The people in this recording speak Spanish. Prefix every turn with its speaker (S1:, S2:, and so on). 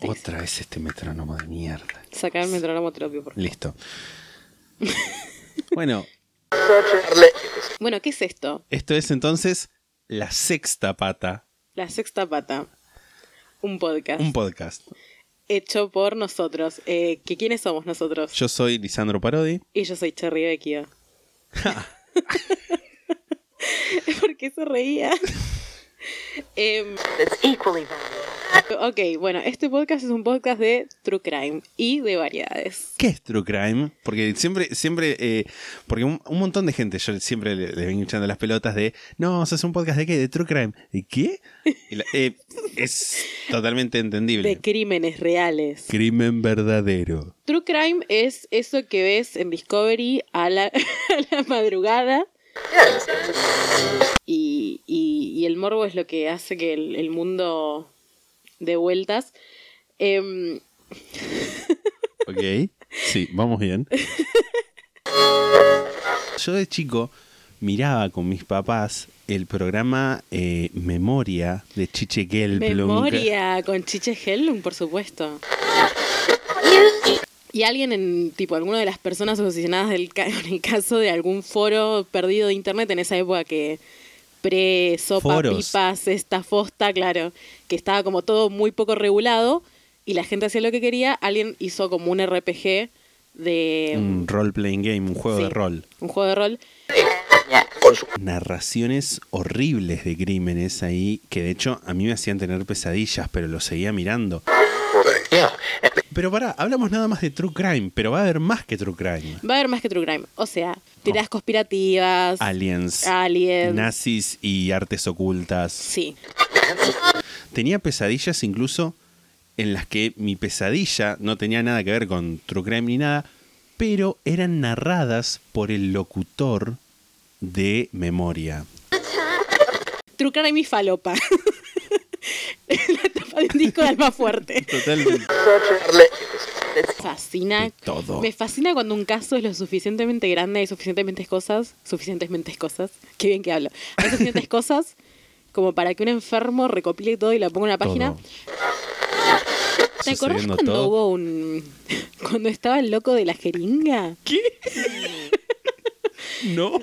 S1: Otra vez este metrónomo de mierda.
S2: Sacar el metrónomo terapio, por favor.
S1: Listo. Bueno,
S2: Bueno, ¿qué es esto?
S1: esto es entonces la sexta pata,
S2: La sexta pata. Un podcast
S1: un podcast.
S2: hecho por nosotros. Eh, ¿que ¿Quiénes somos nosotros?
S1: Yo soy Lisandro Parodi.
S2: Y yo soy Cherry Vecchio. ¿Por qué se reía? Em, ok, bueno, este podcast es un podcast de True Crime y de variedades.
S1: ¿Qué es True Crime? Porque siempre, siempre, eh, porque un, un montón de gente, yo siempre le, le vengo hinchando las pelotas de, no, ¿sos un podcast de qué? ¿De True Crime? ¿De qué? Y la- eh, es totalmente
S2: De
S1: entendible.
S2: crímenes reales.
S1: Crimen verdadero.
S2: True Crime es eso que ves en Discovery a la, a la madrugada. Y, y- y el morbo es lo que hace que el, el mundo de vueltas. Em,
S1: Ok, sí, vamos bien. Yo de chico miraba con mis papás el programa eh, Memoria de Chiche Gelblum.
S2: memoria con Chiche Hellum, por supuesto. Y alguien en, tipo, alguna de las personas obsesionadas del ca- con el caso de algún foro perdido de internet en esa época que pre sopa
S1: Foros.
S2: pipas esta fosta claro que estaba como todo muy poco regulado y la gente hacía lo que quería alguien hizo como un RPG de
S1: Un role-playing game, un juego
S2: sí,
S1: de rol.
S2: un juego de rol
S1: Narraciones horribles de crímenes ahí, que de hecho a mí me hacían tener pesadillas, pero lo seguía mirando. Pero pará, hablamos nada más de True Crime, pero va a haber más que True Crime.
S2: va a haber más que true crime o sea teorías conspirativas
S1: Aliens,
S2: aliens
S1: nazis y artes ocultas.
S2: sí
S1: Tenía pesadillas incluso en las que mi pesadilla no tenía nada que ver con True Crime ni nada, pero eran narradas por el locutor de memoria.
S2: true crime y falopa la tapa de un disco de alma fuerte
S1: Totalmente.
S2: fascina
S1: De todo.
S2: Me fascina cuando un caso es lo suficientemente grande, hay suficientemente cosas, suficientemente cosas, qué bien que hablo, hay suficientes cosas como para que un enfermo recopile todo y lo ponga en una página.
S1: Todo.
S2: ¿Te acordás
S1: Sucediendo
S2: cuando
S1: todo.
S2: hubo un... cuando estaba el loco de la jeringa?
S1: No.